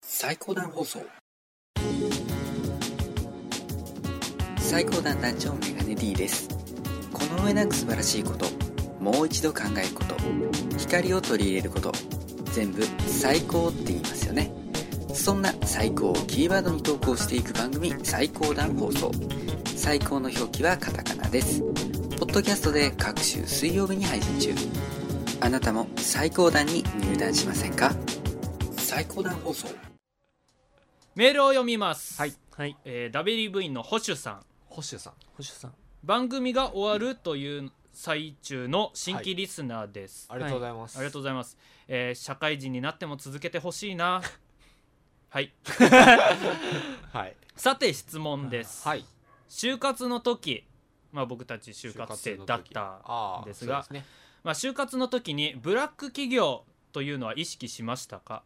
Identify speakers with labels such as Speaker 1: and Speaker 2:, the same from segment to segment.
Speaker 1: 最高段放送最高段団長メガネ D ですこの上なく素晴らしいこともう一度考えること光を取り入れること全部最高って言いますよねそんな最高をキーワードに投稿していく番組最高段放送最高の表記はカタカナですポッドキャストで各週水曜日に配信中あなたも最高段に入団しませんか最高段放送
Speaker 2: メールを読みます、
Speaker 3: はい
Speaker 4: はい
Speaker 2: えー、WV の保守さん
Speaker 3: 保守さん
Speaker 4: 保守さん
Speaker 2: 番組が終わるという最中の新規リスナーです、
Speaker 3: ありがとうございます、
Speaker 2: ありがとうございます、えー社会人になっても続けてほしいな はい
Speaker 3: はい
Speaker 2: さて質問です、
Speaker 3: はい
Speaker 2: 就活の時まあ僕たち就活生だったんですが
Speaker 3: あーそうね
Speaker 2: まあ、就活の時にブラック企業というのは意識しましたか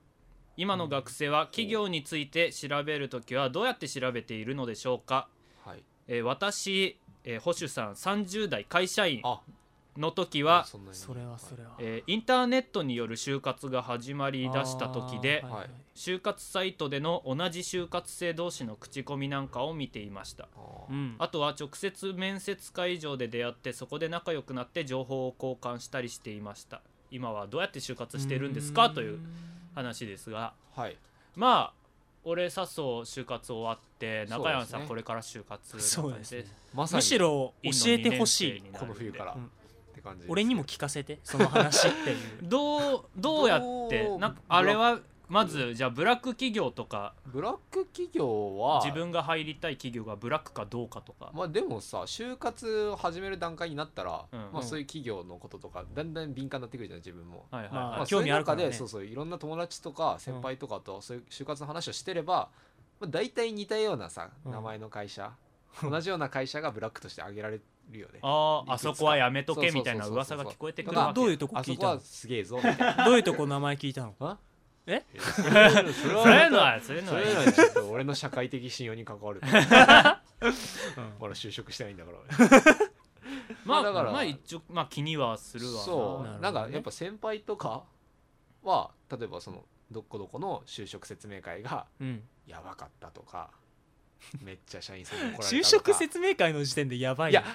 Speaker 2: 今の学生は企業について調べる時はどうやって調べているのでしょうか、
Speaker 3: はい
Speaker 2: えー私、えー保守さん30代会社員
Speaker 3: あ
Speaker 2: の時は、
Speaker 3: そんなに
Speaker 4: それはそれは、
Speaker 2: えーインターネットによる就活が始まりだした時で、
Speaker 4: あー
Speaker 3: はい
Speaker 2: 就活サイトでの同じ就活生同士の口コミなんかを見ていました
Speaker 3: あ
Speaker 4: う
Speaker 3: ー
Speaker 4: ん
Speaker 2: あとは直接面接会場で出会ってそこで仲良くなって情報を交換したりしていました今はどうやって就活してるんですかという話ですが
Speaker 3: はい
Speaker 2: まあ俺笹生就活終わって
Speaker 3: そうですね
Speaker 2: 中山さんこれから就活
Speaker 4: そうですね
Speaker 3: まさに
Speaker 4: むしろ教えてほしい
Speaker 2: 院の二年生になるんで
Speaker 3: この冬から、
Speaker 4: うん
Speaker 3: って感じです
Speaker 4: 俺にも聞かせてその話っていう
Speaker 2: どうどうやって
Speaker 3: どう
Speaker 2: なんかあれはまずじゃあブラック企業とか
Speaker 3: ブラック企業は
Speaker 2: 自分が入りたい企業がブラックかどうかとか
Speaker 3: まあでもさ就活を始める段階になったら、
Speaker 2: うん
Speaker 3: まあ、そういう企業のこととかだんだん敏感になってくるじゃない自分も、
Speaker 2: はいはい
Speaker 4: ま
Speaker 2: はい
Speaker 4: あ
Speaker 3: まあ、
Speaker 4: 興味あるからね
Speaker 3: そういう中でそうそういろんな友達とか先輩とかとそういう就活の話をしてれば、まあ、大体似たようなさ
Speaker 4: うん
Speaker 3: 名前の会社、同じような会社がブラックとして挙げられるよね
Speaker 2: あーあ
Speaker 3: いくつか
Speaker 2: そこはやめとけ
Speaker 3: そうそうそうそう
Speaker 2: みたいな噂が聞こえてくるわ
Speaker 4: ど
Speaker 2: け
Speaker 4: どういうとこ
Speaker 3: あ
Speaker 4: 聞
Speaker 3: そ
Speaker 4: い
Speaker 3: こ
Speaker 4: た
Speaker 3: は
Speaker 4: の
Speaker 3: すげえぞみたいな
Speaker 4: どういうとこ名前聞いたの
Speaker 3: あ
Speaker 4: え
Speaker 3: いやそれはそれ
Speaker 2: そういう
Speaker 3: は
Speaker 2: のはそういうの
Speaker 3: そ
Speaker 2: は
Speaker 3: れはちょっと俺の社会的信用に関わ るまだ就職してないんだから
Speaker 2: まあ
Speaker 3: まあだから
Speaker 2: まあ一応まあ気にはするわな
Speaker 3: そう
Speaker 4: なるほどね
Speaker 3: なんかやっぱ先輩とかは例えばそのどこどこの就職説明会が
Speaker 4: うん
Speaker 3: やばかったとかめっちゃ社員さんに怒られたとか
Speaker 4: 就職説明会の時点でやばい
Speaker 3: い
Speaker 4: よ
Speaker 3: や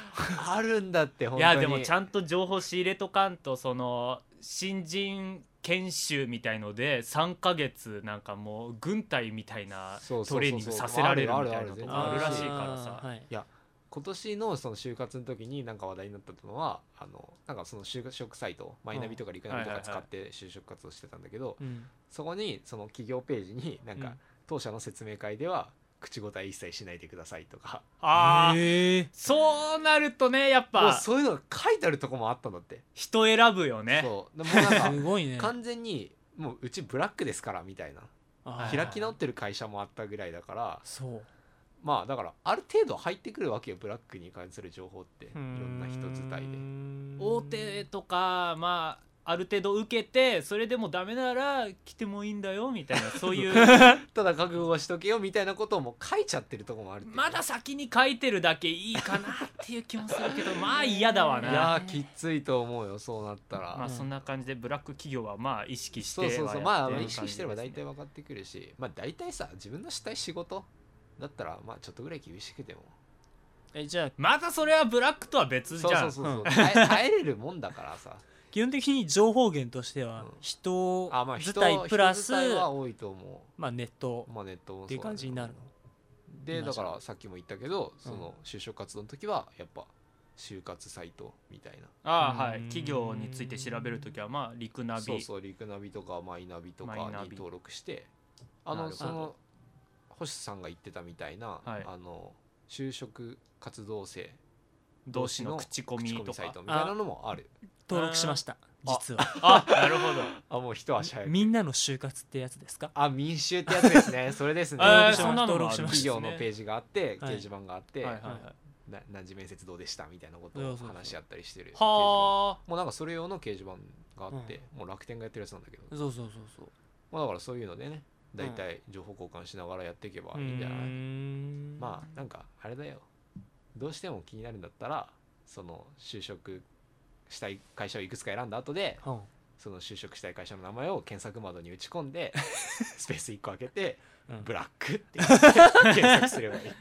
Speaker 3: あるんだって本
Speaker 2: い
Speaker 3: 当に
Speaker 2: やでもちゃんと情報仕入れとかんとその新人研修みたいので3か月なんかもう軍隊みたいな
Speaker 3: そうそ
Speaker 2: ト
Speaker 3: うそうそう
Speaker 2: レーニングさせられるみたいなの
Speaker 3: あ
Speaker 2: と
Speaker 3: る
Speaker 2: かあるらしいから
Speaker 4: あー
Speaker 2: さ
Speaker 4: はい
Speaker 3: 今年のその就活の時になんか話題になったのはあのなんかその就職サイトマイナビとかリクナビと
Speaker 2: はいは
Speaker 3: か
Speaker 2: い
Speaker 3: 使
Speaker 2: は
Speaker 3: っ
Speaker 2: い
Speaker 3: て就職活動してたんだけど
Speaker 4: うん
Speaker 3: そこにその企業ページになん
Speaker 4: う
Speaker 3: か
Speaker 4: ん
Speaker 3: 当社の説明会では口答え一切しないでくださいとか
Speaker 2: あー
Speaker 4: へえ
Speaker 2: そうなるとねやっ
Speaker 3: もう
Speaker 2: ぱ
Speaker 3: そういうのが書いてあるとこもあったんだって
Speaker 2: 人選ぶよね
Speaker 3: そうで もうなんか
Speaker 4: すごいね
Speaker 3: 完全にもううちブラックですからみたいな
Speaker 4: あー
Speaker 3: 開き直ってる会社もあったぐらいだから
Speaker 4: そう
Speaker 3: まあだからある程度入ってくるわけよブラックに関する情報っていろんな人伝
Speaker 4: 伝
Speaker 2: 大手とかまあある程度受けてそれでもダメなら来てもいいんだよみた いなそういう
Speaker 3: いでただ覚悟はしとけよみたいなことをもう書いちゃってるとこもあるっていうね
Speaker 2: まだ先に書いてるだけいいかなっていう気もする けどまあ嫌だわない
Speaker 3: やーきついと思うよそうなったら、
Speaker 2: まあ
Speaker 4: うん
Speaker 2: そんな感じでブラック企業はまあ意識して
Speaker 3: そ
Speaker 2: は
Speaker 3: う
Speaker 2: やって
Speaker 3: そ
Speaker 2: る感じ
Speaker 3: うそうまあまあ意識してれば大体分かってくるしまあ大体さ自分のしたい仕事だったらまあちょっとぐらい厳しくても
Speaker 4: えじゃあ
Speaker 2: またそれはブラックとは別じ
Speaker 3: そう
Speaker 2: ゃ
Speaker 3: そ
Speaker 2: ん
Speaker 3: うそうそう耐え耐えれるもんだから さ
Speaker 4: 基本的に情報源としては
Speaker 3: うん
Speaker 4: 人
Speaker 3: あまあ
Speaker 4: 自
Speaker 3: 人
Speaker 4: 体プラス
Speaker 3: 人伝いは多いと思
Speaker 4: まあネット
Speaker 3: うまあネットもそうだ
Speaker 4: っていう感じになるの
Speaker 3: で
Speaker 4: 同
Speaker 3: だ
Speaker 4: じ
Speaker 3: からさっきも言ったけどその就職活動の時はやっぱ就活サイトみたいな
Speaker 2: ああは
Speaker 4: う
Speaker 2: い
Speaker 4: ん
Speaker 2: 企業について調べるときはまあリクナビ
Speaker 3: そうそうリクナビとかマイナビとか
Speaker 2: マイ
Speaker 3: に
Speaker 2: ナビ
Speaker 3: 登録してあ
Speaker 2: なるほ
Speaker 3: の
Speaker 2: ど
Speaker 3: その星さんが言ってたみたいな、
Speaker 2: はい
Speaker 3: あの就職活動生
Speaker 2: 同士の口コミと
Speaker 3: サイ
Speaker 2: か
Speaker 3: トみたいなのもある
Speaker 4: 登録しました
Speaker 2: あ
Speaker 4: 実は
Speaker 2: あなるほど
Speaker 3: あもう一足早く
Speaker 4: みんなの就活ってやつですか
Speaker 3: あ民衆ってやつです ねそれですね
Speaker 2: あー
Speaker 4: 登録
Speaker 2: そ
Speaker 4: しま
Speaker 2: んなのもあるん
Speaker 4: 登録しま
Speaker 3: 企
Speaker 4: した
Speaker 3: 業のページがあって掲
Speaker 4: はい
Speaker 3: 示板があって、
Speaker 2: はいはいはい
Speaker 3: な何時面接どうでしたみたいなこと
Speaker 4: そ
Speaker 3: を
Speaker 4: うそうそう
Speaker 3: 話し合ったりしてる掲示
Speaker 2: は
Speaker 3: 板もうなんかそれ用の掲示板があって、もう楽天がやってるやつなんだけど
Speaker 4: そうそうそうそう
Speaker 3: まあ、だからそういうのでね大体情報交換しながらやっていけばいいんじゃない、まあなんかあれだよどうしても気になるんだったらその就職したい会社をいくつか選んだ後で
Speaker 4: あ
Speaker 3: その就職したい会社の名前を検索窓に打ち込ん でスペース1個開けて
Speaker 4: うん
Speaker 3: 「ブラック」って言って検索すれ ばいい。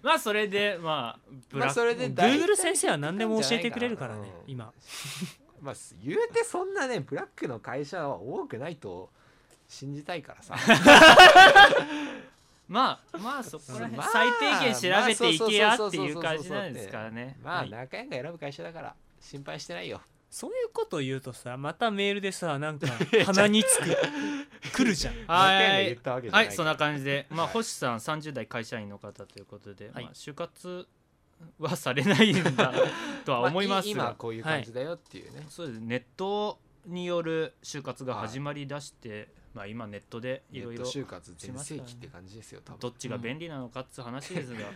Speaker 2: まあそれでまあブ
Speaker 3: まあそれで大体
Speaker 4: Google 先生は何でも教えてくれるからね
Speaker 3: うん
Speaker 4: 今
Speaker 3: まあ言うてそんなねブラックの会社は多くないと信じたいからさ
Speaker 2: まあまあそこら辺
Speaker 3: まあ
Speaker 2: 最低限調べていけ
Speaker 3: まあ
Speaker 2: や
Speaker 3: そう
Speaker 2: って
Speaker 3: そう
Speaker 2: い
Speaker 3: そうう
Speaker 2: 感じなんですからね
Speaker 3: ま
Speaker 2: は
Speaker 3: あ
Speaker 2: い
Speaker 3: 中山が選ぶ会社だから心配してないよ
Speaker 4: そういうこと言うとさまたメールでさなんか 鼻につく来るじゃん
Speaker 2: はい
Speaker 3: 中山が言ったわけじゃ
Speaker 2: は
Speaker 3: ない
Speaker 2: いそんな感じでまあ
Speaker 3: はい
Speaker 2: 星さん30代会社員の方ということでま
Speaker 4: はい
Speaker 2: あ就活はされないんだとは思います
Speaker 3: まあ今
Speaker 2: が
Speaker 3: こういう感じだよっていうね、
Speaker 2: そうですネットによる就活が始まりだしてまあ今ネットでい
Speaker 3: ネ
Speaker 2: ろい
Speaker 3: ッ
Speaker 2: ろ
Speaker 3: ト就活全盛期って感じですよ多
Speaker 2: ど
Speaker 3: 分
Speaker 2: っちが便利なのかっていう話ですが
Speaker 3: まあ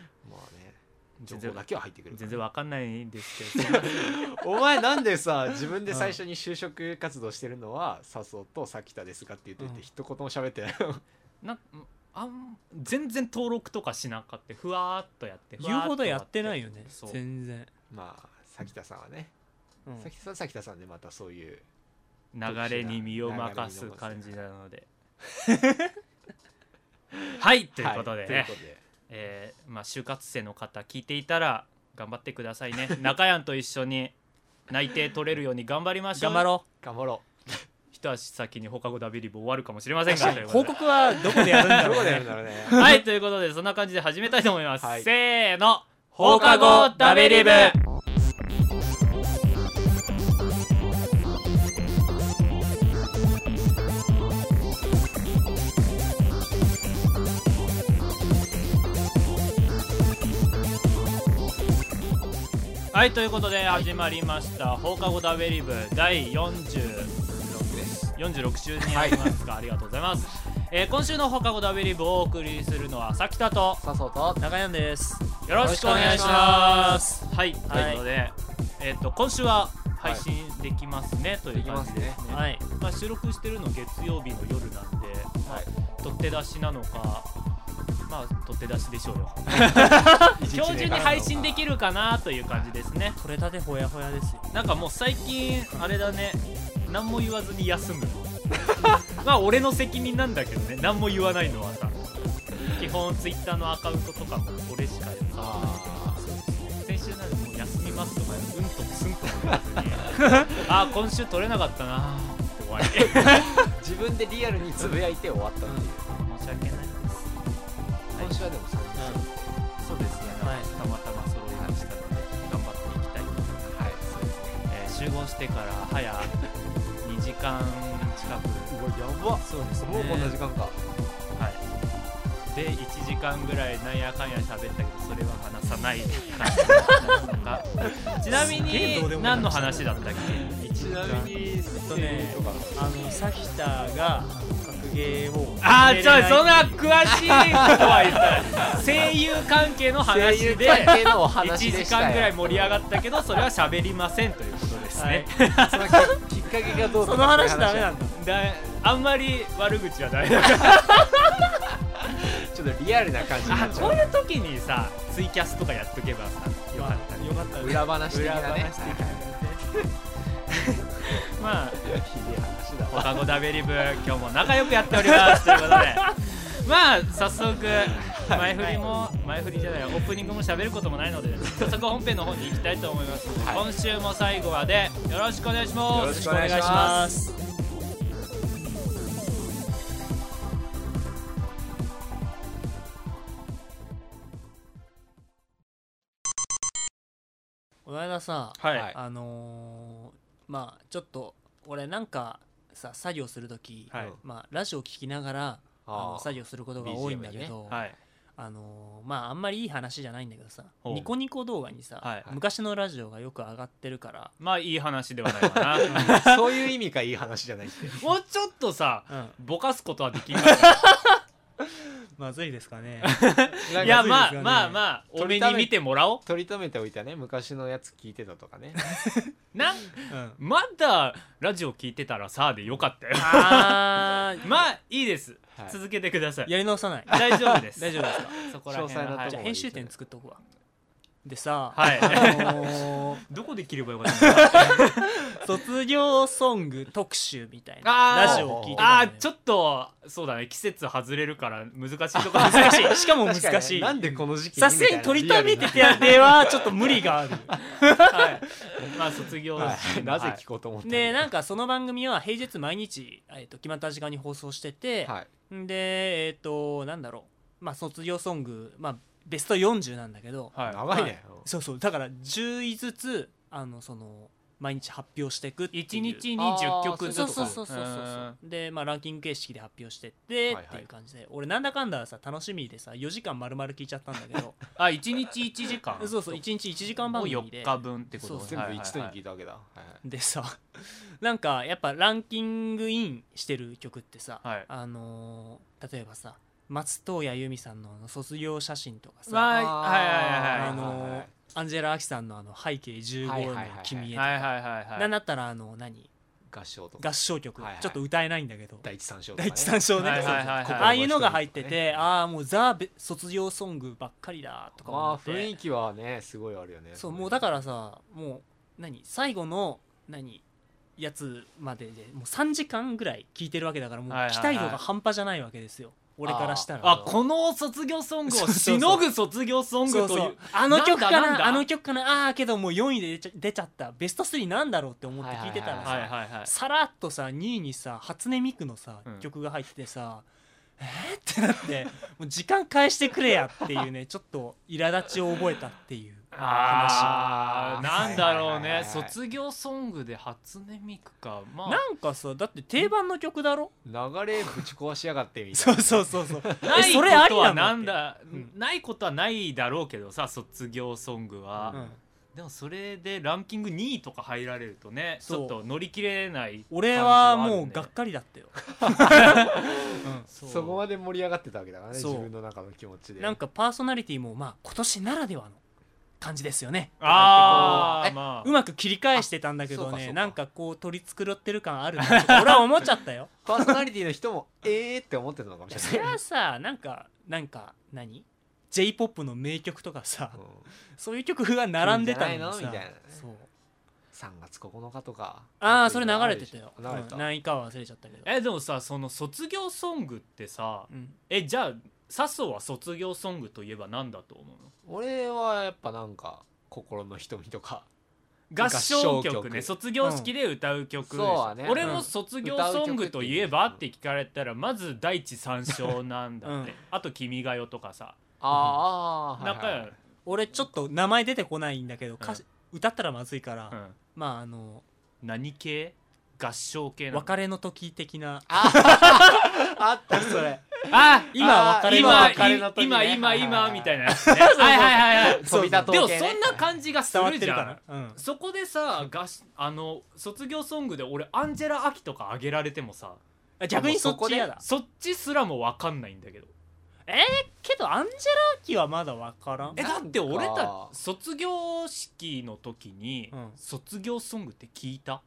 Speaker 3: ね情
Speaker 2: 全然
Speaker 3: 報だけは入ってくるから
Speaker 2: 全然わかんないんですけど
Speaker 3: お前なんで さ自分で最初に就職活動してるのは笹生とさきたですがって言っといて、
Speaker 4: うん
Speaker 3: 一言も喋っ てない
Speaker 2: なんあん全然登録とかしなかったふわーっとやってふわー
Speaker 4: 言う
Speaker 2: と
Speaker 4: ほどやってないよね
Speaker 2: そう
Speaker 4: 全然
Speaker 3: まあさきたさんはね
Speaker 4: うん
Speaker 3: さきたさんはさきたさんでまたそういう
Speaker 2: 流れに身を任
Speaker 3: 流れ
Speaker 2: す
Speaker 3: に任せ
Speaker 2: 感じなのではいということで、ね
Speaker 3: はということで
Speaker 2: えーまあ、就活生の方聞いていたら頑張ってくださいね 中山と一緒に内定取れるように頑張りましょう
Speaker 4: 頑張ろ
Speaker 3: 頑張ろ
Speaker 2: 一足先に放課後ダビリブ終わるかもしれませんがといううこと
Speaker 4: 報
Speaker 2: で
Speaker 4: 告はどこでやるんだ
Speaker 3: うど
Speaker 4: ろ
Speaker 3: こ
Speaker 4: う
Speaker 3: でやる
Speaker 4: ね
Speaker 3: んだろうね
Speaker 2: はいということでそんな感じで始めたいと思います、
Speaker 3: はい
Speaker 2: せーの
Speaker 4: 放課後ダベリブ
Speaker 2: はいということで始まりました、放課後ダベリブ第40
Speaker 3: 46です
Speaker 2: 46週になりますか、ありがとうございます、えー今週の放課後ダベリブをお送りするのはさきたと
Speaker 3: 笹生と
Speaker 4: 中山です
Speaker 2: よろしくお願いします。はい、ということで、えっ、と今週は配信できますね、という感じで
Speaker 3: でき
Speaker 2: ね
Speaker 3: ま。す
Speaker 4: はい
Speaker 2: まあ収録してるの月曜日の夜なんで、まあ
Speaker 3: はい
Speaker 2: 取って出しなのか、まあ取って出しでしょう よ。今
Speaker 3: 今
Speaker 2: 日中に配信できるかなという感じですね。
Speaker 4: 取れたてほやほやですよ
Speaker 2: なんかもう最近あれだね、何も言わずに休む。 まあ俺の責任なんだけどね、何も言わないのはさ。基本ツイッターのアカウントとかも俺しかやさ。
Speaker 3: あ
Speaker 2: 先週なんでもう休みますとかうんともすんとも言わずに あー今週取れなかったなーって終わり
Speaker 3: ー自分でリアルにつぶやいて終わったっていう
Speaker 2: 申し訳ないです
Speaker 3: 今週はでもそうですよ
Speaker 2: そうですね、
Speaker 4: はい
Speaker 2: たまたま揃いましたので頑張っていきたいと思います、
Speaker 3: はいそうですね
Speaker 2: えー集合してから早2時間近く
Speaker 3: うわやば
Speaker 4: そうですね
Speaker 3: もうこんな時間か
Speaker 2: はいで1時間ぐらいなんやかんや喋ったけどそれは話さない感じだったのかちなみ
Speaker 4: すげえどう
Speaker 2: に
Speaker 4: でもない
Speaker 2: 何の話だったっけ
Speaker 3: ちなみにずっ
Speaker 4: とねあのサヒタが格ゲーを
Speaker 2: あーじゃあそん
Speaker 4: の
Speaker 2: な詳しいことは言った声優関係の話で
Speaker 3: 関係のお
Speaker 2: 1
Speaker 3: 話
Speaker 2: 時
Speaker 3: でしたよ
Speaker 2: 間ぐらい盛り上がったけどそれは喋りませんということですね、
Speaker 3: そのききっかけがどうと
Speaker 4: そ
Speaker 3: か
Speaker 4: の話ダメな
Speaker 3: だ
Speaker 4: んだ
Speaker 2: だあんまり悪口はダメだから
Speaker 3: ちょっとリアルな感じにな
Speaker 2: あ
Speaker 3: っちゃ
Speaker 2: こう
Speaker 3: う
Speaker 2: いう時にさツイキャスとかやっとけばさよかったね
Speaker 4: よかった
Speaker 3: 裏話的
Speaker 4: 裏
Speaker 3: なね
Speaker 4: 話的な
Speaker 2: まあ
Speaker 3: ひでえ話だ
Speaker 2: 放
Speaker 3: わ
Speaker 2: 課後ダベリブ今日も仲良くやっておりますということでまあ早速前振りも前振りじゃないオープニングも喋ることもないので早速本編の方に行きたいと思いますので、
Speaker 3: はい
Speaker 2: 今週も最後までよろしくお願いします
Speaker 3: よろしくお願いします
Speaker 4: この間さ
Speaker 2: はい、
Speaker 3: はい
Speaker 4: あのーまあちょっと俺なんかさ作業する時、
Speaker 2: はい
Speaker 4: まあラジオ聞きながらあの作業することが多いんだけ
Speaker 3: BGM
Speaker 4: ど、
Speaker 2: はい
Speaker 4: あのーまああんまりいい話じゃないんだけどさ
Speaker 2: ほう
Speaker 4: ニコニコ動画にさ、
Speaker 2: はい
Speaker 4: 昔のラジオがよく上がってるから、
Speaker 2: まあいい話ではないかな
Speaker 3: そういう意味かいい話じゃないって
Speaker 2: もうちょっとさ
Speaker 4: うん、
Speaker 2: ぼかすことはできないか
Speaker 4: まずいですか ね
Speaker 3: な
Speaker 2: ら
Speaker 3: ん
Speaker 2: い
Speaker 3: か
Speaker 2: や
Speaker 4: むずいです
Speaker 2: ま
Speaker 4: よね
Speaker 2: あまあまあ多めに見てもらお
Speaker 3: 取り留めておいたね昔のやつ聞いてたとかね
Speaker 2: うなん
Speaker 4: うん
Speaker 2: まだラジオ聞いてたらさあでよかったよ
Speaker 4: あー
Speaker 2: まあいいです、
Speaker 3: はい
Speaker 2: 続けてください
Speaker 4: やり直さ ない
Speaker 2: 大丈夫です
Speaker 4: 大丈夫ですか
Speaker 2: そこら辺
Speaker 3: 詳細な
Speaker 2: は
Speaker 3: と
Speaker 4: じゃ
Speaker 3: こ
Speaker 4: あ
Speaker 2: い
Speaker 4: 編集点作っとくわでさ、
Speaker 2: はい
Speaker 4: あのー
Speaker 2: どこで切ればよかったの
Speaker 4: 卒業ソング特集みたいな
Speaker 2: あー
Speaker 4: ラジオを聞いてたの
Speaker 2: あ
Speaker 4: よ
Speaker 2: ーちょっとそうだね季節外れるから難しいとこ難しい
Speaker 4: しかも
Speaker 3: 確かに
Speaker 4: 難しい
Speaker 3: なんでこの時期
Speaker 4: さすがに取りためててではちょっと無理がある
Speaker 2: はいまあ卒業
Speaker 3: はい
Speaker 2: 式の
Speaker 3: なぜ
Speaker 2: はい
Speaker 3: 聞こうと思ったの
Speaker 4: でなんかその番組は平日毎日、えっと決まった時間に放送してて、
Speaker 3: はい
Speaker 4: んでえっ、となんだろうまあ卒業ソングまあベスト40なんだけど、
Speaker 2: はい
Speaker 3: 長いね
Speaker 4: そうそうだから10位ずつあのその毎日発表していくっていう
Speaker 2: 1日に10曲ずつ
Speaker 4: そ
Speaker 2: と
Speaker 4: う
Speaker 2: か
Speaker 4: そうそうそうそう
Speaker 2: うん
Speaker 4: で、まあ、ランキング形式で発表してって
Speaker 3: はい
Speaker 4: っ
Speaker 3: は
Speaker 4: て
Speaker 3: い
Speaker 4: いう感じで、俺なんだかんださ楽しみでさ4時間丸々聞いちゃったんだけ ど
Speaker 2: あ1日1時間
Speaker 4: そうそう1日1時間番組で
Speaker 2: 4日分ってこと
Speaker 4: そう
Speaker 3: 全部一度に聞
Speaker 2: い
Speaker 3: いたわけだはいはい
Speaker 4: でさ なんかやっぱランキングインしてる曲ってさ、
Speaker 2: はい
Speaker 4: あのー例えばさ松任谷由実さんのあの卒業写真とかさ、
Speaker 2: わはい
Speaker 4: あ
Speaker 2: は
Speaker 4: のーアンジェラ・アキさんのあの背景15
Speaker 3: はい
Speaker 4: へ
Speaker 3: は
Speaker 4: の
Speaker 3: いはいはい
Speaker 4: 君へとか、
Speaker 2: はいはいはいは
Speaker 4: ないんだったらあの何
Speaker 3: 合唱とか
Speaker 4: 合唱曲、
Speaker 3: はいはい
Speaker 4: ちょっと歌えないんだけど
Speaker 3: 第一三章とか
Speaker 4: 第
Speaker 3: ね
Speaker 4: 一三章ね、
Speaker 2: はいはいはいはい
Speaker 4: そうそうああいうのが入って
Speaker 3: 心の一人とか
Speaker 4: て、
Speaker 3: ね
Speaker 4: ああもうザべ卒業ソングばっかりだとか
Speaker 3: ま
Speaker 4: 思
Speaker 3: あ
Speaker 4: って、
Speaker 3: 雰囲気はねすごいあるよね
Speaker 4: そうもうだからさもう何最後の何やつまででもう3時間ぐらい聴いてるわけだからも
Speaker 2: はいうはい
Speaker 4: 期
Speaker 2: はい
Speaker 4: 待度が半端じゃないわけですよ、俺からしたら
Speaker 2: あこの卒業ソングをしのぐ卒業ソン
Speaker 4: そ
Speaker 2: グ
Speaker 4: う
Speaker 2: と
Speaker 4: そ
Speaker 2: いうう
Speaker 4: あの曲か
Speaker 2: な
Speaker 4: な
Speaker 2: んだなんだ
Speaker 4: あの曲かなああけどもう4位で出ちゃ出ちゃったベスト3なんだろうって思って聞いてたらさ、
Speaker 2: はいはいはい
Speaker 4: さらっとさ2位にさ初音ミクのさ、
Speaker 2: うん
Speaker 4: 曲が入っててさえー、ってな ってもう時間返してくれやっていうねちょっと苛立ちを覚えたっていう
Speaker 2: あー
Speaker 3: 悲しい
Speaker 2: なんだろう
Speaker 3: はいはい
Speaker 2: ね
Speaker 3: はいはい
Speaker 2: 卒業ソングで初音ミクかまあ
Speaker 4: なんかさだって定番の曲だろ
Speaker 3: 流れぶち壊しやがってみた
Speaker 4: そ
Speaker 3: いう
Speaker 4: そうそうそう
Speaker 2: な
Speaker 4: え
Speaker 2: い
Speaker 4: そ
Speaker 2: こ
Speaker 4: れあり
Speaker 2: と
Speaker 4: な
Speaker 2: は
Speaker 4: ん
Speaker 2: な
Speaker 4: だ
Speaker 2: んだ
Speaker 4: うん
Speaker 2: ないことはないだろうけどさ卒業ソングは、
Speaker 4: うん
Speaker 2: でもそれでランキング2位とか入られるとねち
Speaker 4: そう
Speaker 2: ょっと乗り切れない
Speaker 4: 俺は
Speaker 2: 感
Speaker 4: もう
Speaker 2: じはある
Speaker 4: がっ
Speaker 2: ね
Speaker 4: かりだったよ、うん
Speaker 3: なそこまで盛り上がってたわけだからね自
Speaker 4: そう
Speaker 3: 分の中の気持ちで
Speaker 4: なんかパーソナリティもまあ今年ならではの感じですよね
Speaker 2: あ
Speaker 3: え
Speaker 2: あま
Speaker 4: うまく切り返してたんだけど
Speaker 3: あそうかそう
Speaker 4: ね
Speaker 3: か
Speaker 4: なんかこう取り繕ってる感あるなって俺は思っちゃったよ
Speaker 3: パーソナリティの人も ええって思ってたのかもし
Speaker 4: そ
Speaker 3: れ
Speaker 4: れ
Speaker 3: ない
Speaker 4: はさなんかなんか何 j p o p の名曲とかさ、
Speaker 3: うん
Speaker 4: そういう曲が並んでたのにさ
Speaker 3: いいんじゃないのみたいなね
Speaker 4: そう
Speaker 3: 3月9日とか
Speaker 4: ああそれ流れてたよ、
Speaker 3: 流れ
Speaker 4: う
Speaker 3: た
Speaker 4: ん何位かは忘れちゃったけど
Speaker 2: あえでもさその卒業ソングってさ
Speaker 4: うん
Speaker 2: えじゃあ笹生は卒業ソングといえば何だと思うの
Speaker 3: 俺はやっぱなんか心の瞳とか
Speaker 2: 合唱曲
Speaker 3: 合唱
Speaker 2: ね
Speaker 3: 曲
Speaker 2: 卒業式で歌う曲でし
Speaker 3: うんそう
Speaker 2: ょ、
Speaker 3: はね
Speaker 2: 俺
Speaker 4: う
Speaker 2: も
Speaker 4: ん
Speaker 2: 卒業ソングといえばって聞かれたらまず第一三章なんだって、
Speaker 4: うん
Speaker 2: あと「君が代」とかさ
Speaker 3: あーあー
Speaker 2: なんか、
Speaker 3: はいはい
Speaker 4: 俺ちょっと名前出てこないんだけど、歌詞歌ったらまずいから、
Speaker 2: うん、
Speaker 4: まああの
Speaker 2: 何系合唱系なの
Speaker 4: 別れの時的な
Speaker 3: あったそれ
Speaker 2: あ
Speaker 4: 今別れの
Speaker 2: 今
Speaker 3: 別れの時ね
Speaker 2: 今今
Speaker 3: はいはいは
Speaker 2: 今
Speaker 3: い
Speaker 2: みたいなやつねはいはいはいはい
Speaker 3: 飛び立とう
Speaker 2: でも
Speaker 3: 系ね
Speaker 2: そんな感じがす
Speaker 4: 伝わっ
Speaker 2: る
Speaker 4: て
Speaker 2: じ
Speaker 4: る
Speaker 2: ゃん
Speaker 4: かな、うん、
Speaker 2: そこでさがしあの卒業ソングで俺アンジェラ・アキとかあげられてもさ
Speaker 4: あ逆にそっ
Speaker 3: もうそこ
Speaker 4: ち
Speaker 3: で
Speaker 4: 嫌だ
Speaker 2: そっちすらも分かんないんだけど
Speaker 4: けどアンジェラーキはまだわからん
Speaker 2: えだって俺
Speaker 3: なん
Speaker 2: た
Speaker 3: か
Speaker 2: ち卒業式の時に、
Speaker 4: うん
Speaker 2: 卒業ソングって聞いた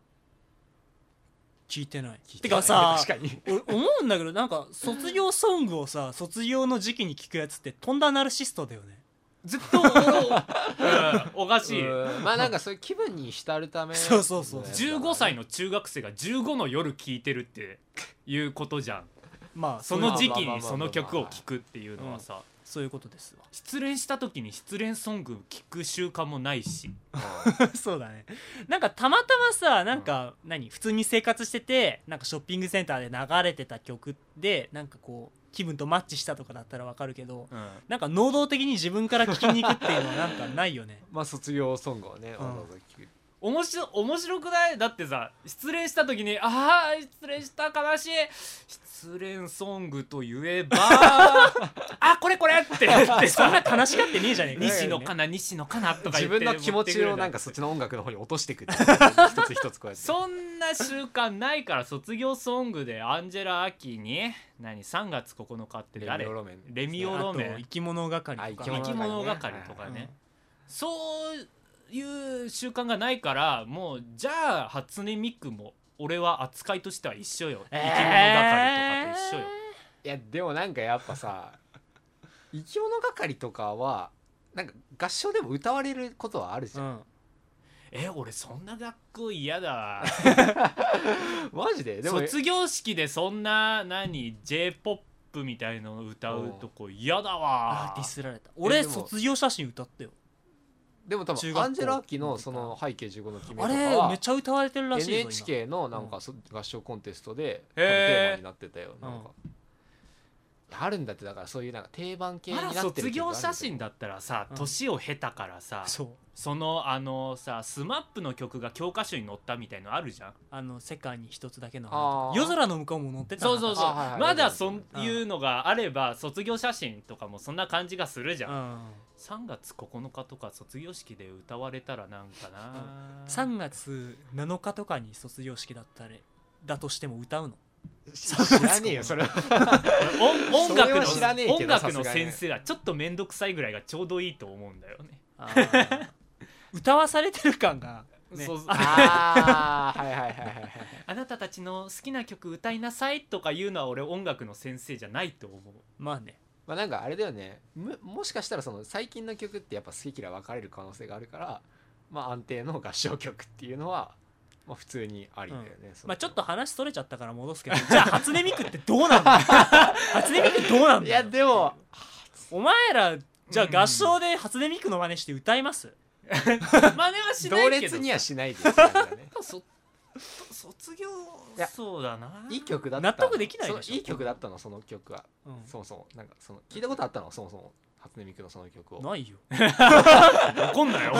Speaker 4: 聞いてない
Speaker 3: 聞い
Speaker 4: て
Speaker 3: ない
Speaker 4: か さ
Speaker 3: 確かに
Speaker 4: 俺思うんだけどなんか卒業ソングをさ卒業の時期に聞くやつってとんだナルシストだよね
Speaker 2: ずっと俺を、うんおかしい
Speaker 3: うんまあなんかそういう気分に浸るため
Speaker 4: そうそうそう
Speaker 2: 15歳の中学生が15の夜聞いてるっていうことじゃん
Speaker 4: まあ
Speaker 2: その時期にその曲を聴くっていうのはさ
Speaker 4: そういうことですわ
Speaker 2: 失恋した時に失恋ソング聴く習慣もないし
Speaker 4: そうだねなんかたまたまさなんか、何普通に生活しててなんかショッピングセンターで流れてた曲でなんかこう気分とマッチしたとかだったらわかるけど
Speaker 2: うん
Speaker 4: なんか能動的に自分から聴きに行くっていうのはなんかな いよね
Speaker 3: まあ卒業ソングをねわざわざ聞く
Speaker 2: 面白面白くないだってさ失恋した時に「ああ失恋した悲しい失恋ソングといえ ばあこれこれ!」って言って
Speaker 4: そんな
Speaker 2: さ
Speaker 4: 悲しがってねえじゃねえか
Speaker 2: 西野かな西野かなとか
Speaker 3: 自
Speaker 2: 言って
Speaker 3: 分の気持ちをなんかそっちの音楽の方に落としていくっていう一つ一つこうやって
Speaker 2: そんな習慣ないから卒業ソングでアンジェラ・アキに何3月9日って誰
Speaker 3: レミオロメン
Speaker 2: レミオ
Speaker 4: あ
Speaker 2: ロ
Speaker 4: と
Speaker 2: メン
Speaker 4: 生き物係
Speaker 3: あ
Speaker 4: とか
Speaker 2: 生き物
Speaker 3: 係
Speaker 2: 係
Speaker 3: ね
Speaker 2: とか
Speaker 4: うん
Speaker 2: ねそういう習慣がないからもうじゃあ初音ミクも俺は扱いとしては一緒よ、
Speaker 4: えー
Speaker 2: 生き物係とかと一緒よ
Speaker 3: いやでもなんかやっぱさ生き物係とかはなんか合唱でも歌われることはあるじゃん、
Speaker 4: うん
Speaker 2: え俺そんな学校嫌だ わ
Speaker 3: マジででも
Speaker 2: 卒業式でそんな何 j p o p みたいの歌うとこ嫌だ
Speaker 4: あ
Speaker 2: わ
Speaker 4: ディスられた
Speaker 3: え
Speaker 4: 俺
Speaker 3: でも
Speaker 4: 卒業写真歌ったよ
Speaker 3: でも多
Speaker 4: 中
Speaker 3: 分
Speaker 4: 学校
Speaker 3: アンジェラ・アキのその背景15の君と
Speaker 4: あ
Speaker 3: か
Speaker 4: れめっ
Speaker 3: は
Speaker 4: ちゃ歌われてるらしいぞ今
Speaker 3: NHK のなんかそ合唱コンテストで多分テー
Speaker 2: へー
Speaker 3: マになってたよなんかあるんだってだからそういうなんか定番系に
Speaker 2: ま
Speaker 3: なっ
Speaker 2: だ
Speaker 3: てる
Speaker 2: 卒業写真
Speaker 3: だ
Speaker 2: だったらさ
Speaker 4: うん
Speaker 2: 年を経たからさ、
Speaker 4: そう
Speaker 2: そのあのさ SMAP の曲が教科書に載ったみたいのあるじゃん
Speaker 4: あの世界に一つだけの
Speaker 3: あ
Speaker 4: 花
Speaker 3: ー
Speaker 4: 夜空の向こうも乗ってたな
Speaker 2: そうそうそう、
Speaker 3: あはいはい
Speaker 2: まだそういうのがあれば卒業写真とかもそんな感じがするじゃん、
Speaker 4: うん
Speaker 2: 3月9日とか卒業式で歌われたらなんかな
Speaker 4: 3月7日とかに卒業式だったれだとしても歌うの
Speaker 3: 知らねえよそれは
Speaker 2: お 音楽
Speaker 3: それは知らねえけ
Speaker 2: の
Speaker 3: ど
Speaker 2: 音楽
Speaker 3: さす
Speaker 2: の
Speaker 3: がに
Speaker 2: 先生がちょっと面倒くさいぐらいがちょうどいいと思うんだよね
Speaker 4: 歌わされてる感が、ね、
Speaker 2: そう
Speaker 3: ああはいはいはいはいはい
Speaker 2: あなたたちの好きな曲歌いなさいとか言うのは俺音楽の先生じゃないと思う
Speaker 4: まあね
Speaker 3: まあなんかあれだよねむもしかしたらその最近の曲ってやっぱ好き嫌い分かれる可能性があるからまあ安定の合唱曲っていうのはまあ普通にありだよね、その
Speaker 4: まあちょっと話それちゃったから戻すけどじゃあ初音ミクってどうなんだ よ初音ミクどうなん
Speaker 3: い
Speaker 4: だ
Speaker 3: や
Speaker 4: よ
Speaker 3: でも
Speaker 4: お前らじゃ
Speaker 2: うん
Speaker 4: あ合唱で初音ミクの真似して歌います、
Speaker 2: 真似はしな
Speaker 3: 同
Speaker 2: いけど
Speaker 3: 列にはしないですよね
Speaker 2: そ卒業
Speaker 3: いや
Speaker 2: そうだない
Speaker 3: い曲だった
Speaker 4: 納得できないでしょ
Speaker 3: そのいい曲だったのその曲は
Speaker 4: うん
Speaker 3: そもそもなんかその聞いたことあったのそもそも初音ミクのその曲を
Speaker 4: ないよ
Speaker 2: 怒んなよ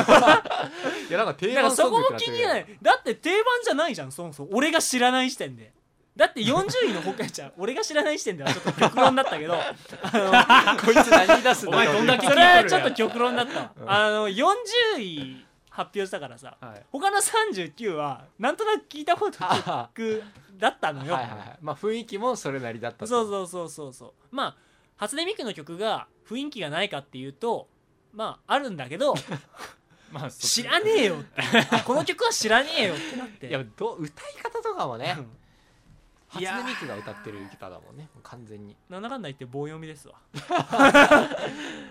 Speaker 3: いやなんか定
Speaker 4: だから
Speaker 3: 番
Speaker 4: そ
Speaker 3: ソン
Speaker 4: こ
Speaker 3: グ
Speaker 4: も
Speaker 3: になって
Speaker 4: 気
Speaker 3: る
Speaker 4: に
Speaker 3: よ
Speaker 4: な
Speaker 3: ね
Speaker 4: いだって定番じゃないじゃんそもそも俺が知らない時点でだって40位の他ちゃん俺が知らない時点ではちょっと極論だった けどあ
Speaker 3: こいつ何言い出すん
Speaker 2: お
Speaker 3: だ
Speaker 2: 前
Speaker 3: よ
Speaker 2: どんだ
Speaker 4: の
Speaker 2: け聞い
Speaker 4: そ
Speaker 2: と
Speaker 4: れ
Speaker 2: るや
Speaker 4: は
Speaker 2: ん
Speaker 4: ちょっと極論だったわ、
Speaker 3: うん
Speaker 4: あの40位発表したからさ
Speaker 2: はい
Speaker 4: 他の39はなんとなく聞いたこと
Speaker 3: あ
Speaker 4: あ
Speaker 3: はは
Speaker 4: る曲だったの
Speaker 3: はい
Speaker 4: よ、
Speaker 3: はいはいまあ雰囲気もそれなりだったと
Speaker 4: そうそうそうそうそうまあ初音ミクの曲が雰囲気がないかっていうとまああるんだけど
Speaker 2: まあ卒
Speaker 4: 知らねえよってあこの曲は知らねえよってなって
Speaker 3: いやどう歌い方とかもね
Speaker 4: うん
Speaker 3: 初音ミクが歌ってる歌だもんね完全に
Speaker 4: なんだかんだ言って棒読みですわ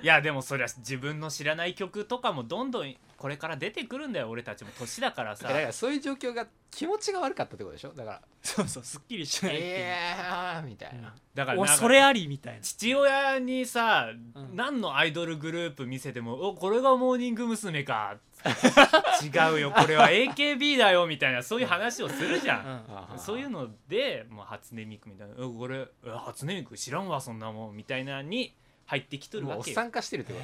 Speaker 2: いやでもそりゃ自分の知らない曲とかもどんどんこれから出てくるんだよ俺たちも年だから
Speaker 3: だ
Speaker 2: さ
Speaker 3: からそういう状況が気持ちが悪かったってことでしょだから
Speaker 4: そうそうすっきり しないっていう、
Speaker 3: えーみたいな
Speaker 2: だから
Speaker 4: お
Speaker 2: なんか
Speaker 4: それありみたいな
Speaker 2: 父親にさ、
Speaker 4: うん
Speaker 2: 何のアイドルグループ見せても「おこれがモーニング娘。 か」違うよこれは AKB だよ」みたいなそういう話をするじゃん。
Speaker 4: うん
Speaker 3: あはは
Speaker 2: そういうので、まあ、初音ミクみたいな「うんこれうん初音ミク知らんわそんなもん」みたいなに入ってきとる
Speaker 3: もうお
Speaker 2: わ
Speaker 3: っ
Speaker 2: け
Speaker 3: さ
Speaker 2: よ
Speaker 3: ん化してるってこ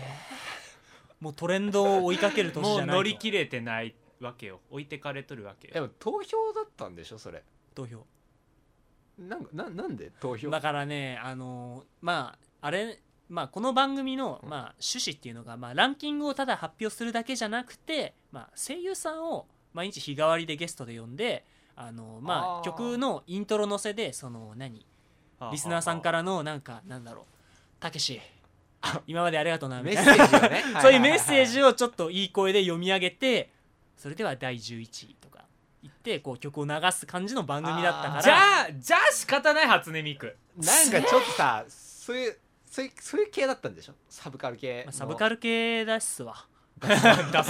Speaker 4: もうトレンドを追いかける年
Speaker 2: も
Speaker 4: じ
Speaker 2: う
Speaker 4: ゃないと
Speaker 2: 乗り切れてないわけよ置いてかれとるわけ
Speaker 3: とで
Speaker 2: よ
Speaker 3: も投票だったんでしょそれ
Speaker 4: 投票
Speaker 3: なんかななんで投票
Speaker 4: だからねあのーまああれまあこの番組の、
Speaker 3: うん
Speaker 4: まあ、趣旨っていうのが、まあ、ランキングをただ発表するだけじゃなくて、まあ、声優さんを毎日日替わりでゲストで呼んであのーま
Speaker 3: あー
Speaker 4: あ曲のイントロ載せでその何リスナーさんかららのなんかなんだろう「たけし今までありがとうな」み
Speaker 3: メッ
Speaker 4: たい
Speaker 3: セ ー
Speaker 4: な
Speaker 3: ジをね
Speaker 4: そういうメッセー
Speaker 3: を
Speaker 4: ジをちょっといい声で読み上げてそれでは第11位とか言ってこう曲を流す感じの番組だったから
Speaker 3: あー
Speaker 2: じゃあじゃあ仕方ない初音ミク
Speaker 3: なんかちょっとさそういうそういうそういう系だったんでしょサブカル系
Speaker 4: まあサブ カ
Speaker 3: ル
Speaker 4: ル系だっすわ
Speaker 2: 出す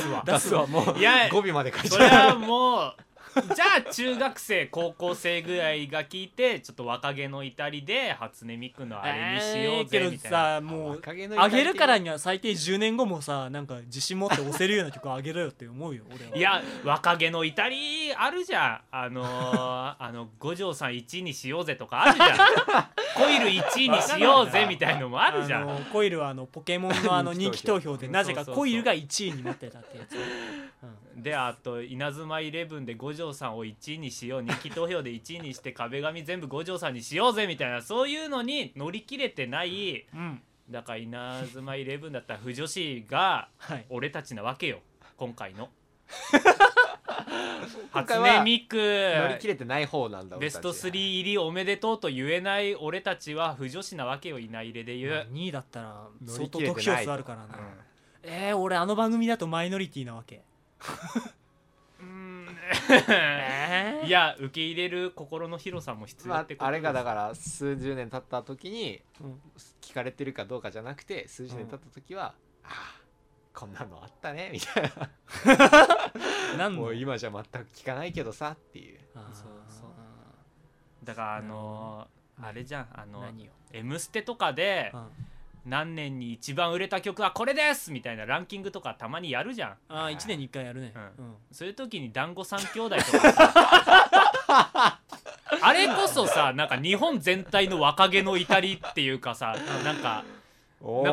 Speaker 2: わ
Speaker 3: 出すはもう
Speaker 2: いや
Speaker 3: 語尾まで書い
Speaker 2: そ
Speaker 3: て
Speaker 2: れ
Speaker 3: あ
Speaker 2: は
Speaker 3: る
Speaker 2: もうじゃあ中学生高校生ぐらいが聞いてちょっと若気の至りで初音ミクのあれにしよう
Speaker 4: え
Speaker 2: ぜ
Speaker 4: ー
Speaker 2: みたいな、
Speaker 4: さも う
Speaker 3: 若気の至
Speaker 4: あ
Speaker 3: り
Speaker 4: げるからには最低10年後もさなんか自信持って押せるような曲あげろよって思うよ俺はい
Speaker 2: や若気の至りあるじゃんあのー、あの五条さん1にしようぜとかあるじ ゃんコイル1にしようぜみたいのもあるじゃん
Speaker 4: のコイルはあのポケモンのあの人
Speaker 3: 人
Speaker 4: 気
Speaker 3: 気
Speaker 4: 投
Speaker 3: 投
Speaker 4: 票でなぜ
Speaker 2: そ
Speaker 4: か
Speaker 2: うそうそう
Speaker 4: コイルが1位になってたってやつ
Speaker 2: であと稲妻イレブンで五条さんを1にしよう人気投票で1にして壁紙全部五条さんにしようぜみたいなそういうのに乗り切れてない
Speaker 4: うん
Speaker 2: だから稲妻イレブンだったら不女子が
Speaker 4: はい
Speaker 2: 俺たちなわけよ今回の
Speaker 3: 今
Speaker 2: 初
Speaker 3: 回は
Speaker 2: 音ミク
Speaker 3: 乗り切れてない方なんだ
Speaker 2: ベスト
Speaker 3: 俺たち
Speaker 2: 3入りおめでとうと言えない俺たちは不女子なわけよいない入れで言う、
Speaker 4: 2位だったら
Speaker 3: 乗
Speaker 4: 相
Speaker 3: り
Speaker 4: 当
Speaker 3: 切れてない
Speaker 4: 得票数あるからなえー、俺あの番組だとマイノリティなわけ
Speaker 2: うん
Speaker 4: え
Speaker 2: いや受け入れる心の広さも必要
Speaker 3: ま
Speaker 2: っ
Speaker 3: あ
Speaker 2: てこと
Speaker 3: あれがだ
Speaker 2: か
Speaker 3: から数十年経った時に
Speaker 4: うん
Speaker 3: 聞かれてるかどうかじゃなくて数十年経った時は、ああこんなのあったねみたいな
Speaker 4: 何
Speaker 3: も
Speaker 4: の
Speaker 3: う今じゃ全く聞かないけどさっていう
Speaker 4: あー
Speaker 2: そうそうだからあのー
Speaker 4: うん
Speaker 2: あれじゃんあの
Speaker 4: 何よ
Speaker 2: 「M ステ」とかで
Speaker 4: あ
Speaker 2: 何年に一番売れた曲はこれですみたいなランキングとかたまにやるじゃん
Speaker 4: あー1年に1回やるね、
Speaker 2: う
Speaker 4: うん
Speaker 2: そういう時に団子三兄弟とかさ あれこそさなんか日本全体の若気の至りっていうかさなんか
Speaker 3: な
Speaker 2: なんかバ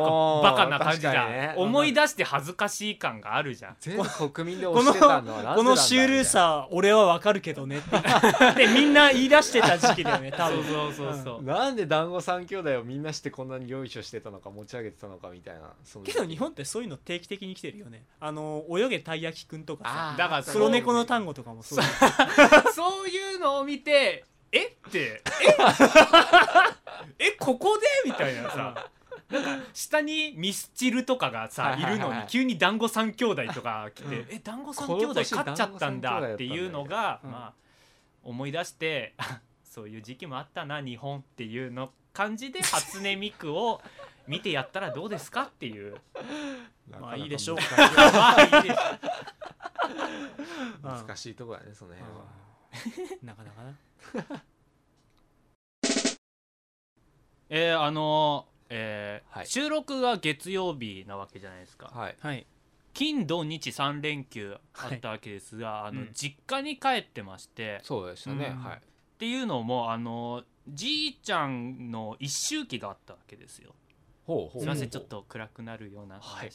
Speaker 2: カな感じじゃん、思い
Speaker 3: 出
Speaker 2: 出して恥ずかしい感があるじゃん
Speaker 3: 全部国民で
Speaker 4: こ
Speaker 3: 押
Speaker 4: の
Speaker 3: してたのはなぜなんだ
Speaker 4: このシュールさ俺はわかるけどねってでみんな言い出してた時期だよね多
Speaker 2: そう
Speaker 4: 分
Speaker 2: そうそうそう、
Speaker 3: みたいななんで団子三兄弟をみんなしてこんなによいしょしてたのか持ち上げてたのかみたいなその
Speaker 4: けど日本ってそういうの定期的に来てるよねあの泳げたい焼きくんとかさ
Speaker 3: あー
Speaker 2: だから
Speaker 4: 黒猫の
Speaker 3: そう
Speaker 4: 単語とかもそう
Speaker 2: そういうのを見てえ ってええここでみたいなさなんか下にミスチルとかがさ、
Speaker 3: はいいはいはい
Speaker 2: るのに急に団子三兄弟とか来て「
Speaker 4: うん
Speaker 2: え団子三兄弟勝っちゃったんだ」っていうのが、
Speaker 4: うん
Speaker 2: まあ思い出して あそういう時期もあったな日本っていうの感じで初音ミクを見てやったらどうですかっていう
Speaker 3: なかなか
Speaker 4: まあいいでしょう
Speaker 2: まあいいでしょ
Speaker 4: うん
Speaker 3: 難しいとこだねその辺は
Speaker 4: なかなかな
Speaker 2: えーあのーえー
Speaker 3: はい
Speaker 2: 収録が月曜日なわけじゃないですか
Speaker 3: はい
Speaker 4: はい
Speaker 2: 金土日3連休あったわけですが、あの
Speaker 4: うん
Speaker 2: 実家に帰ってまして、っ
Speaker 3: そうでしたね
Speaker 4: うん
Speaker 3: はい
Speaker 2: ていうのもあのじいちゃんの一周忌があったわけですよ
Speaker 3: ほうほう
Speaker 2: すいませんち
Speaker 3: ほ
Speaker 2: ょ
Speaker 3: う
Speaker 2: っと暗くなるような話、
Speaker 3: はい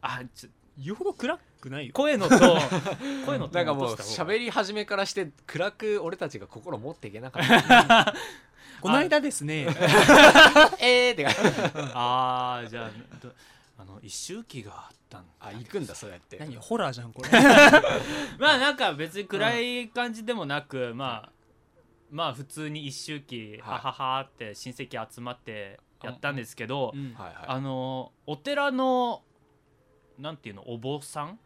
Speaker 2: あちょ
Speaker 4: よほど暗くないよ
Speaker 2: 声のト ーン声のトーン
Speaker 3: なんかもう
Speaker 2: 落とした方が
Speaker 3: 喋り始めからして暗く俺たちが心持っていけなかった
Speaker 4: この間ですね
Speaker 3: えーって
Speaker 2: あーじゃあどあの一周忌があったんだ
Speaker 3: あ行くんだそうやって
Speaker 4: 何ホラーじゃんこれ
Speaker 2: まあなんか別に暗い感じでもなく、まあまあ普通に一周忌
Speaker 3: はい
Speaker 2: はははって親戚集まってやったんですけど、
Speaker 4: うん
Speaker 3: はいはい
Speaker 2: あのお寺のなんていうのお坊さんっ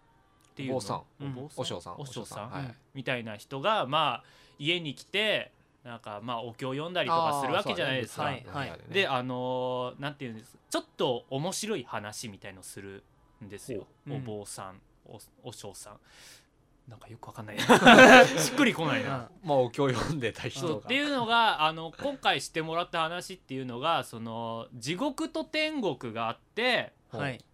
Speaker 2: ていうの
Speaker 3: お坊さん
Speaker 4: うん
Speaker 2: お坊さん
Speaker 3: お尚さん
Speaker 2: お尚さん
Speaker 3: お尚はい
Speaker 2: みたいな人がまあ家に来てなんかまあお経を読んだりとかするわけじゃないですか。
Speaker 4: あーそうだねはいはい
Speaker 2: であのなんていうんですちょっと面白い話みたいのするんですよ、お
Speaker 4: ほううん
Speaker 2: 坊さんおお尚さんなんかよくわかんないなしっくりこないな。
Speaker 3: まあお経読んでた
Speaker 2: そ
Speaker 3: 人
Speaker 2: う
Speaker 3: が
Speaker 2: っていうのがあの今回してもらった話っていうのがその地獄と天国があって
Speaker 4: うんはい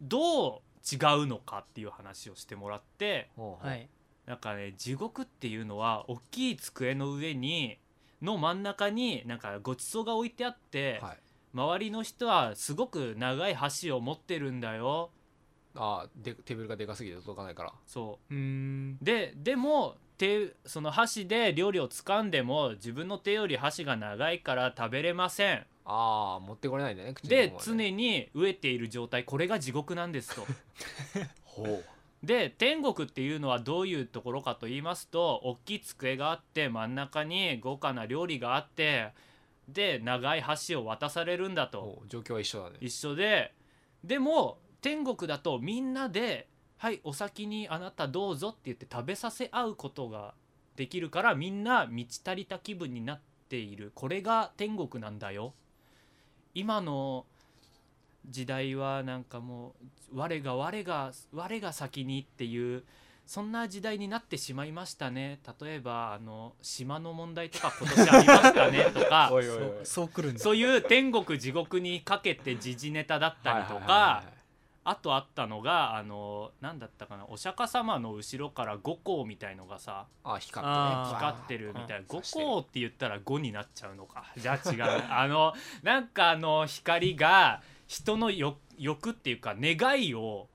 Speaker 2: どう違うのかっていう話をしてもらって
Speaker 3: ほう
Speaker 4: は
Speaker 3: はい
Speaker 4: い
Speaker 2: なんかね地獄っていうのは大きい机の上にの真ん中になんかごちそうが置いてあって、
Speaker 3: はい
Speaker 2: 周りの人はすごく長い箸を持ってるんだよ
Speaker 3: あーでテーブルがでかすぎて届かないから
Speaker 2: そう
Speaker 4: ーん
Speaker 2: うででも手その箸で料理を掴んでも自分の手より箸が長いから食べれません
Speaker 3: ああ持ってこれないんだね口の
Speaker 2: で
Speaker 3: 方
Speaker 2: 常
Speaker 3: ま
Speaker 2: に飢えている状態これが地獄なんですと。
Speaker 3: ほ
Speaker 2: で天国っていうのはどういうところかと言いますと大きい机があって真ん中に豪華な料理があってで長い箸を渡されるんだ
Speaker 3: う
Speaker 2: と
Speaker 3: ほう状況は一緒だね
Speaker 2: 一緒ででも天国だとみんなで「はいお先にあなたどうぞ」って言って食べさせ合うことができるからみんな満ち足りた気分になっているこれが天国なんだよ今の時代はなんかもう我が我が我が先にっていうそんな時代になってしまいましたね例えばあの島の問題とか今年ありましたねとか
Speaker 3: おいおいおい
Speaker 4: そうそうくるんだ
Speaker 2: そういう天国地獄にかけて時事ネタだったりと
Speaker 3: はいはい
Speaker 2: か
Speaker 3: はいはい
Speaker 2: あとあったのがあの何だったかなお釈迦様の後ろから五光みたいのがさ
Speaker 3: あ光ってね
Speaker 4: あー
Speaker 3: バー
Speaker 2: 光ってるみたいな五
Speaker 3: 刺してる
Speaker 2: 光って言ったら五になっちゃうのかじゃあ違う あのなんかあの光が人の欲欲っていうか願いを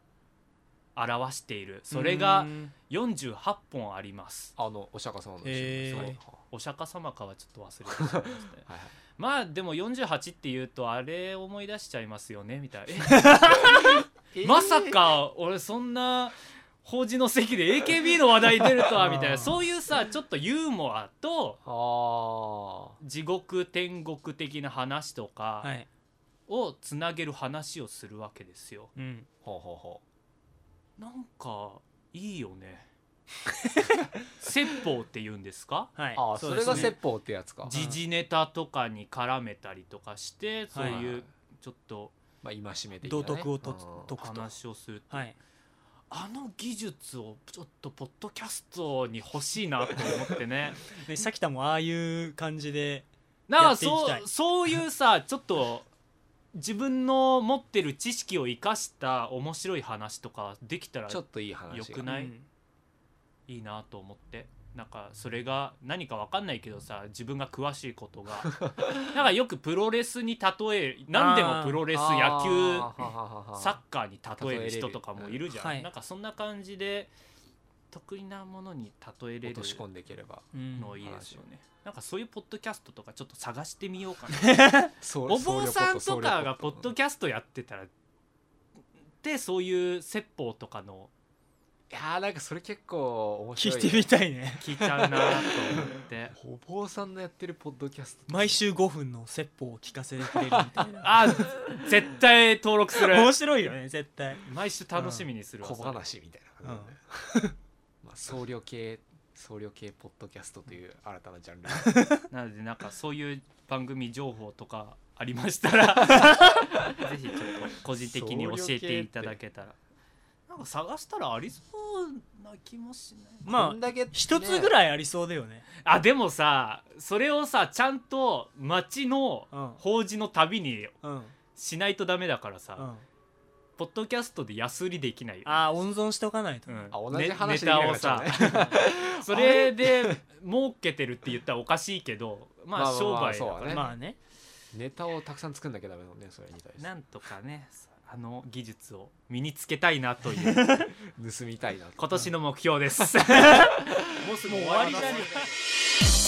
Speaker 2: 表しているそれ
Speaker 4: う
Speaker 2: が
Speaker 4: ーん
Speaker 2: 48本あります
Speaker 3: あのお釈迦様の後ろ
Speaker 4: へー
Speaker 3: そうはい
Speaker 2: お釈迦様かはちょっと忘れてしまいましたね
Speaker 3: はい
Speaker 2: まあでも48って言うとあれ思い出しちゃいますよねみ たい なまさか俺そんな法事の席で AKB の話題出るとはみたい
Speaker 4: あー
Speaker 2: なそういうさちょっとユーモアと
Speaker 3: あ
Speaker 2: 地獄天国的な話と
Speaker 4: は
Speaker 2: か
Speaker 4: い
Speaker 2: をつなげる話をするわけですよ
Speaker 4: うん
Speaker 3: あほうほうほ
Speaker 2: なんかいいよ ね説法って言うんですか
Speaker 4: はいう
Speaker 3: あーそれが
Speaker 4: ですね
Speaker 3: 説法ってやつか
Speaker 2: 時事ネタとかに絡めたりとかしてそう
Speaker 4: はいいう
Speaker 2: ちょっと
Speaker 3: まあ、戒めてい
Speaker 4: 道徳をと
Speaker 3: と
Speaker 4: 解くと
Speaker 2: 話をすると
Speaker 4: はい
Speaker 2: あの技術をちょっとポッドキャストに欲しいなと思ってね
Speaker 4: でさきたもああいう感じで
Speaker 2: なん
Speaker 4: や
Speaker 2: か
Speaker 4: っていき
Speaker 2: そ
Speaker 4: たいう
Speaker 2: そういうさちょっと自分の持ってる知識を生かした面白い話とかできたら
Speaker 3: ちょっといい話が
Speaker 2: よくない
Speaker 4: うん
Speaker 2: いいなと思ってなんかそれが何か分かんないけどさ自分が詳しいことが なんかよくプロレスに例え何でもプロレス野球
Speaker 3: 球
Speaker 2: サッカーに例える人とかもいるじゃん、
Speaker 4: 例えれるうん
Speaker 2: なんかそんな感じで得意なものに例えれ
Speaker 3: 落
Speaker 2: る
Speaker 3: とし込んでいければ
Speaker 4: うん
Speaker 2: のいいですよ
Speaker 3: う
Speaker 2: ねなんかそういうポッドキャストとかちょっと探してみようかな
Speaker 3: そ
Speaker 2: お坊さんとかがポッド
Speaker 3: キ
Speaker 2: キャストやってたらでそういう説法とかの
Speaker 3: ャいやーなんかそれ結構面
Speaker 4: 聞
Speaker 3: 白い
Speaker 4: いてみたいね
Speaker 2: 聞いちゃうなと思 って
Speaker 3: お坊さんのやってるポッドキャスト
Speaker 4: 毎週5分の説法を聞かせてくれるみたいな
Speaker 2: あ絶対登録する
Speaker 4: 面白いよね絶対
Speaker 2: 毎週楽しみにするわ、
Speaker 3: 小
Speaker 2: それ
Speaker 3: 話みたいな感じだね、 まあ僧侶系僧侶系ポッドキャストという新たなジャンル
Speaker 2: なのでなんかそういう番組情報とかありました らぜひちょっと個人的に教えていただけたらなんか探したらありそうな気もしない
Speaker 4: まあ
Speaker 3: だけ
Speaker 4: 一つぐ
Speaker 3: い
Speaker 4: らいありそうだよね
Speaker 2: あでもさそれをさちゃんと町の
Speaker 4: うん
Speaker 2: 法事の旅に
Speaker 4: うんうん
Speaker 2: しないとダメだからさ、
Speaker 4: あ
Speaker 2: ポッドキャストで安売りできないよ
Speaker 4: あ温存しておかないと
Speaker 2: う
Speaker 4: ね
Speaker 2: ん
Speaker 3: あ同
Speaker 2: ね
Speaker 3: じ話でき
Speaker 2: ネタ
Speaker 3: なくな
Speaker 2: を
Speaker 3: っちゃう
Speaker 2: さ
Speaker 3: ね
Speaker 2: それで儲けてるって言ったらおかしいけどま
Speaker 3: ま
Speaker 2: あ
Speaker 3: あまあ
Speaker 2: 商
Speaker 3: まあ
Speaker 2: 売だから
Speaker 3: そうだね
Speaker 4: まあね
Speaker 3: ネタをたくさん作んなきゃダメだもんねそれに対して
Speaker 2: なんとかねあの技術を身につけたいなという
Speaker 3: 盗みたいなと
Speaker 2: 今年の目標ですもうすぐ終わりだね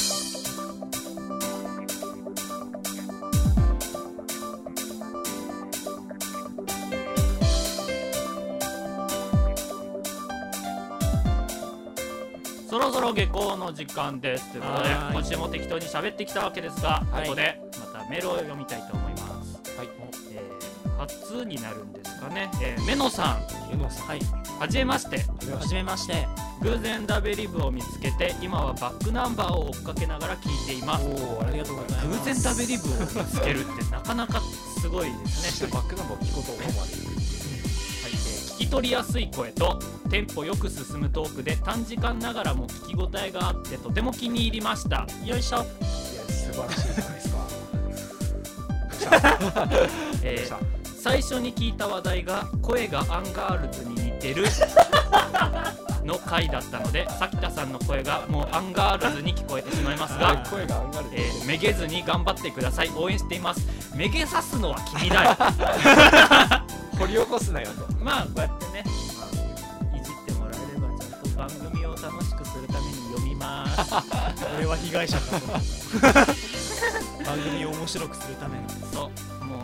Speaker 2: そろそろ下校の時間ですということで
Speaker 4: はーい
Speaker 2: 今週も適当に喋ってきたわけですが、
Speaker 4: はい
Speaker 2: ここでまたメールを読みたいと思います、
Speaker 3: はい
Speaker 2: えー初になるんですかね、えー、めのさん
Speaker 3: ゆのさん
Speaker 4: はい
Speaker 2: はじめまして
Speaker 4: はじめまして
Speaker 2: 偶然ダベリブを見つけて今はバックナンバーを追っかけながら聞いています
Speaker 3: おおありがとうございます
Speaker 2: 偶然ダベリブを見つけるってなかなかすごいです
Speaker 3: ちょ
Speaker 2: ね
Speaker 3: っとバックナンバーを聞こうと思うまで
Speaker 2: はいえー聞き取りやすい声とテンポよく進むトークで短時間ながらも聞き応えがあってとても気に入りました
Speaker 4: よいしょ
Speaker 3: いや素晴らしいじゃないですか
Speaker 2: えー最初に聞いた話題が声がアンガールズに似てるの回だったので咲田さんの声がもうアンガールズに聞こえてしまいますが
Speaker 3: あ声が上がる
Speaker 2: えーめげずに頑張ってください応援していますめげさすのは君だよ
Speaker 3: 掘り起こすなよと
Speaker 2: まあこうやってね、まあ、いじってもらえればちゃんと番組を楽しくするために読みます
Speaker 4: 俺は被害者かと思った 番組を面白くするための
Speaker 2: そうもう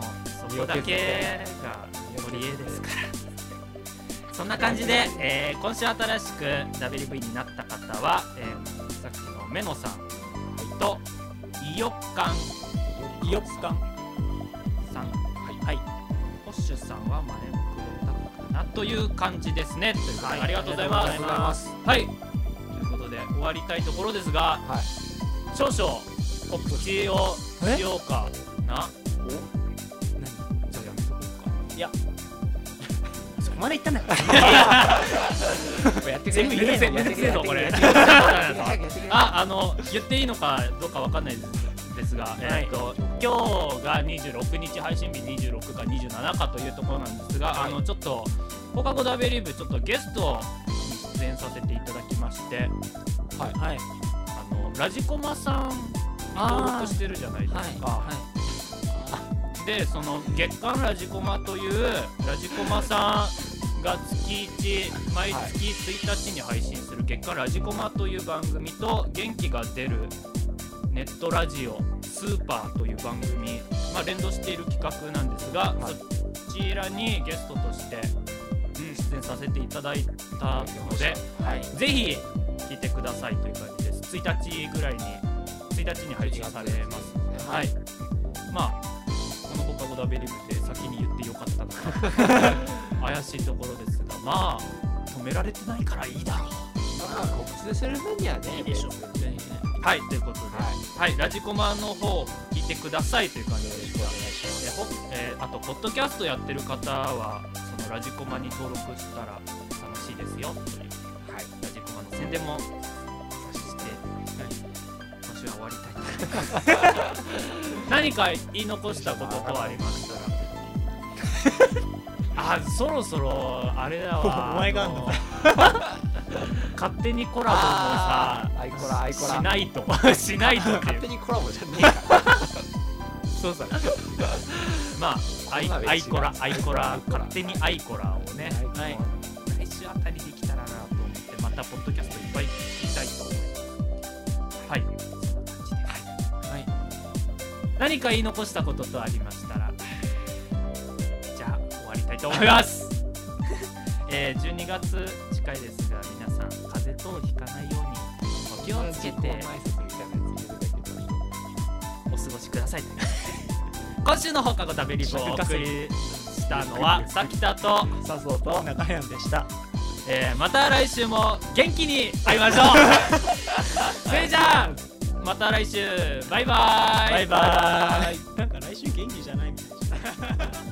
Speaker 2: そこだけが取り柄ですからそんな感じで、えー今週新しく WV になった方は、えーさっきのめのさんといよっかん
Speaker 4: イオッカン
Speaker 2: さんはい、ホッシュさんは前もくれたかなという感じですねということで、ありがとうございます
Speaker 4: ありがとうございます
Speaker 2: はいということで終わりたいところですが
Speaker 3: はい
Speaker 2: 少々告知をしようかなじゃあやめとこ
Speaker 4: そこまでいったんだから
Speaker 2: うかやって
Speaker 4: 全部言えよ
Speaker 2: やってくれぞこれ ああの言っていいのかどうかわかんないですですが、えっと今日が26日配信日26か27かというところなんですが、あのちょっと放課後ダベリブちょっとゲストに出演させていただきまして
Speaker 4: はい
Speaker 2: あのラジコマさん登録してるじゃないですか、でその月刊ラジコマというラジコマさんが月1毎月1日に配信する月刊ラジコマという番組と元気が出るネットラジオスーパーという番組、まあ、連動している企画なんですが、そちらにゲストとして出演させていただいたので、
Speaker 4: はい
Speaker 2: ぜひ聞いてくださいという感じです1日ぐらいに1日に配信されますので、はい、まあこの「放課後ダベリブ」で先に言ってよかったの か怪しいところですがまあ止められてないからいいだろ
Speaker 3: まあ告知する分にはね
Speaker 4: いいでしょう
Speaker 3: 別に
Speaker 2: うはいということで、
Speaker 3: は
Speaker 2: はいラジコマの方聞いてくださいという感じ
Speaker 3: よろ
Speaker 2: で
Speaker 3: しくお願いします
Speaker 2: えポッえーあとポッドキャストやってる方はそのラジコマに登録したら楽しいですよという
Speaker 3: はい
Speaker 2: ラジコマの宣伝もさせて、今週は終わり たい何か言い残したこととはありましたらあそろそろあれだわ
Speaker 4: お前があんの
Speaker 2: あ 勝手にコラボもさ
Speaker 3: あーアイコラアイコラ
Speaker 2: しないと しないとってい
Speaker 3: 勝
Speaker 2: う
Speaker 3: 手にコラボじゃねえから
Speaker 2: そうさ。まあ、アイアイコラ、アイコラ、勝手にアイコラをね、
Speaker 3: はい
Speaker 2: 来週あたりできたらなと思って、またポッドキャストいっぱい聞きたいと思います。はい、そんな感じで。はい。何か言い残したこととありましたら、じゃあ終わりたいと思います。 えー、12月近いですが、皆さん風邪等ひかないようにお気をつけて。お過ごしください 今週の放課後食べリポをお送りしたの はさきたと、
Speaker 3: さそうと
Speaker 4: 中山でした
Speaker 2: えーまた来週も元気に会いましょ うそれじゃあまた来週バイバイ
Speaker 4: バイバーイなんか来週元気じゃないみたい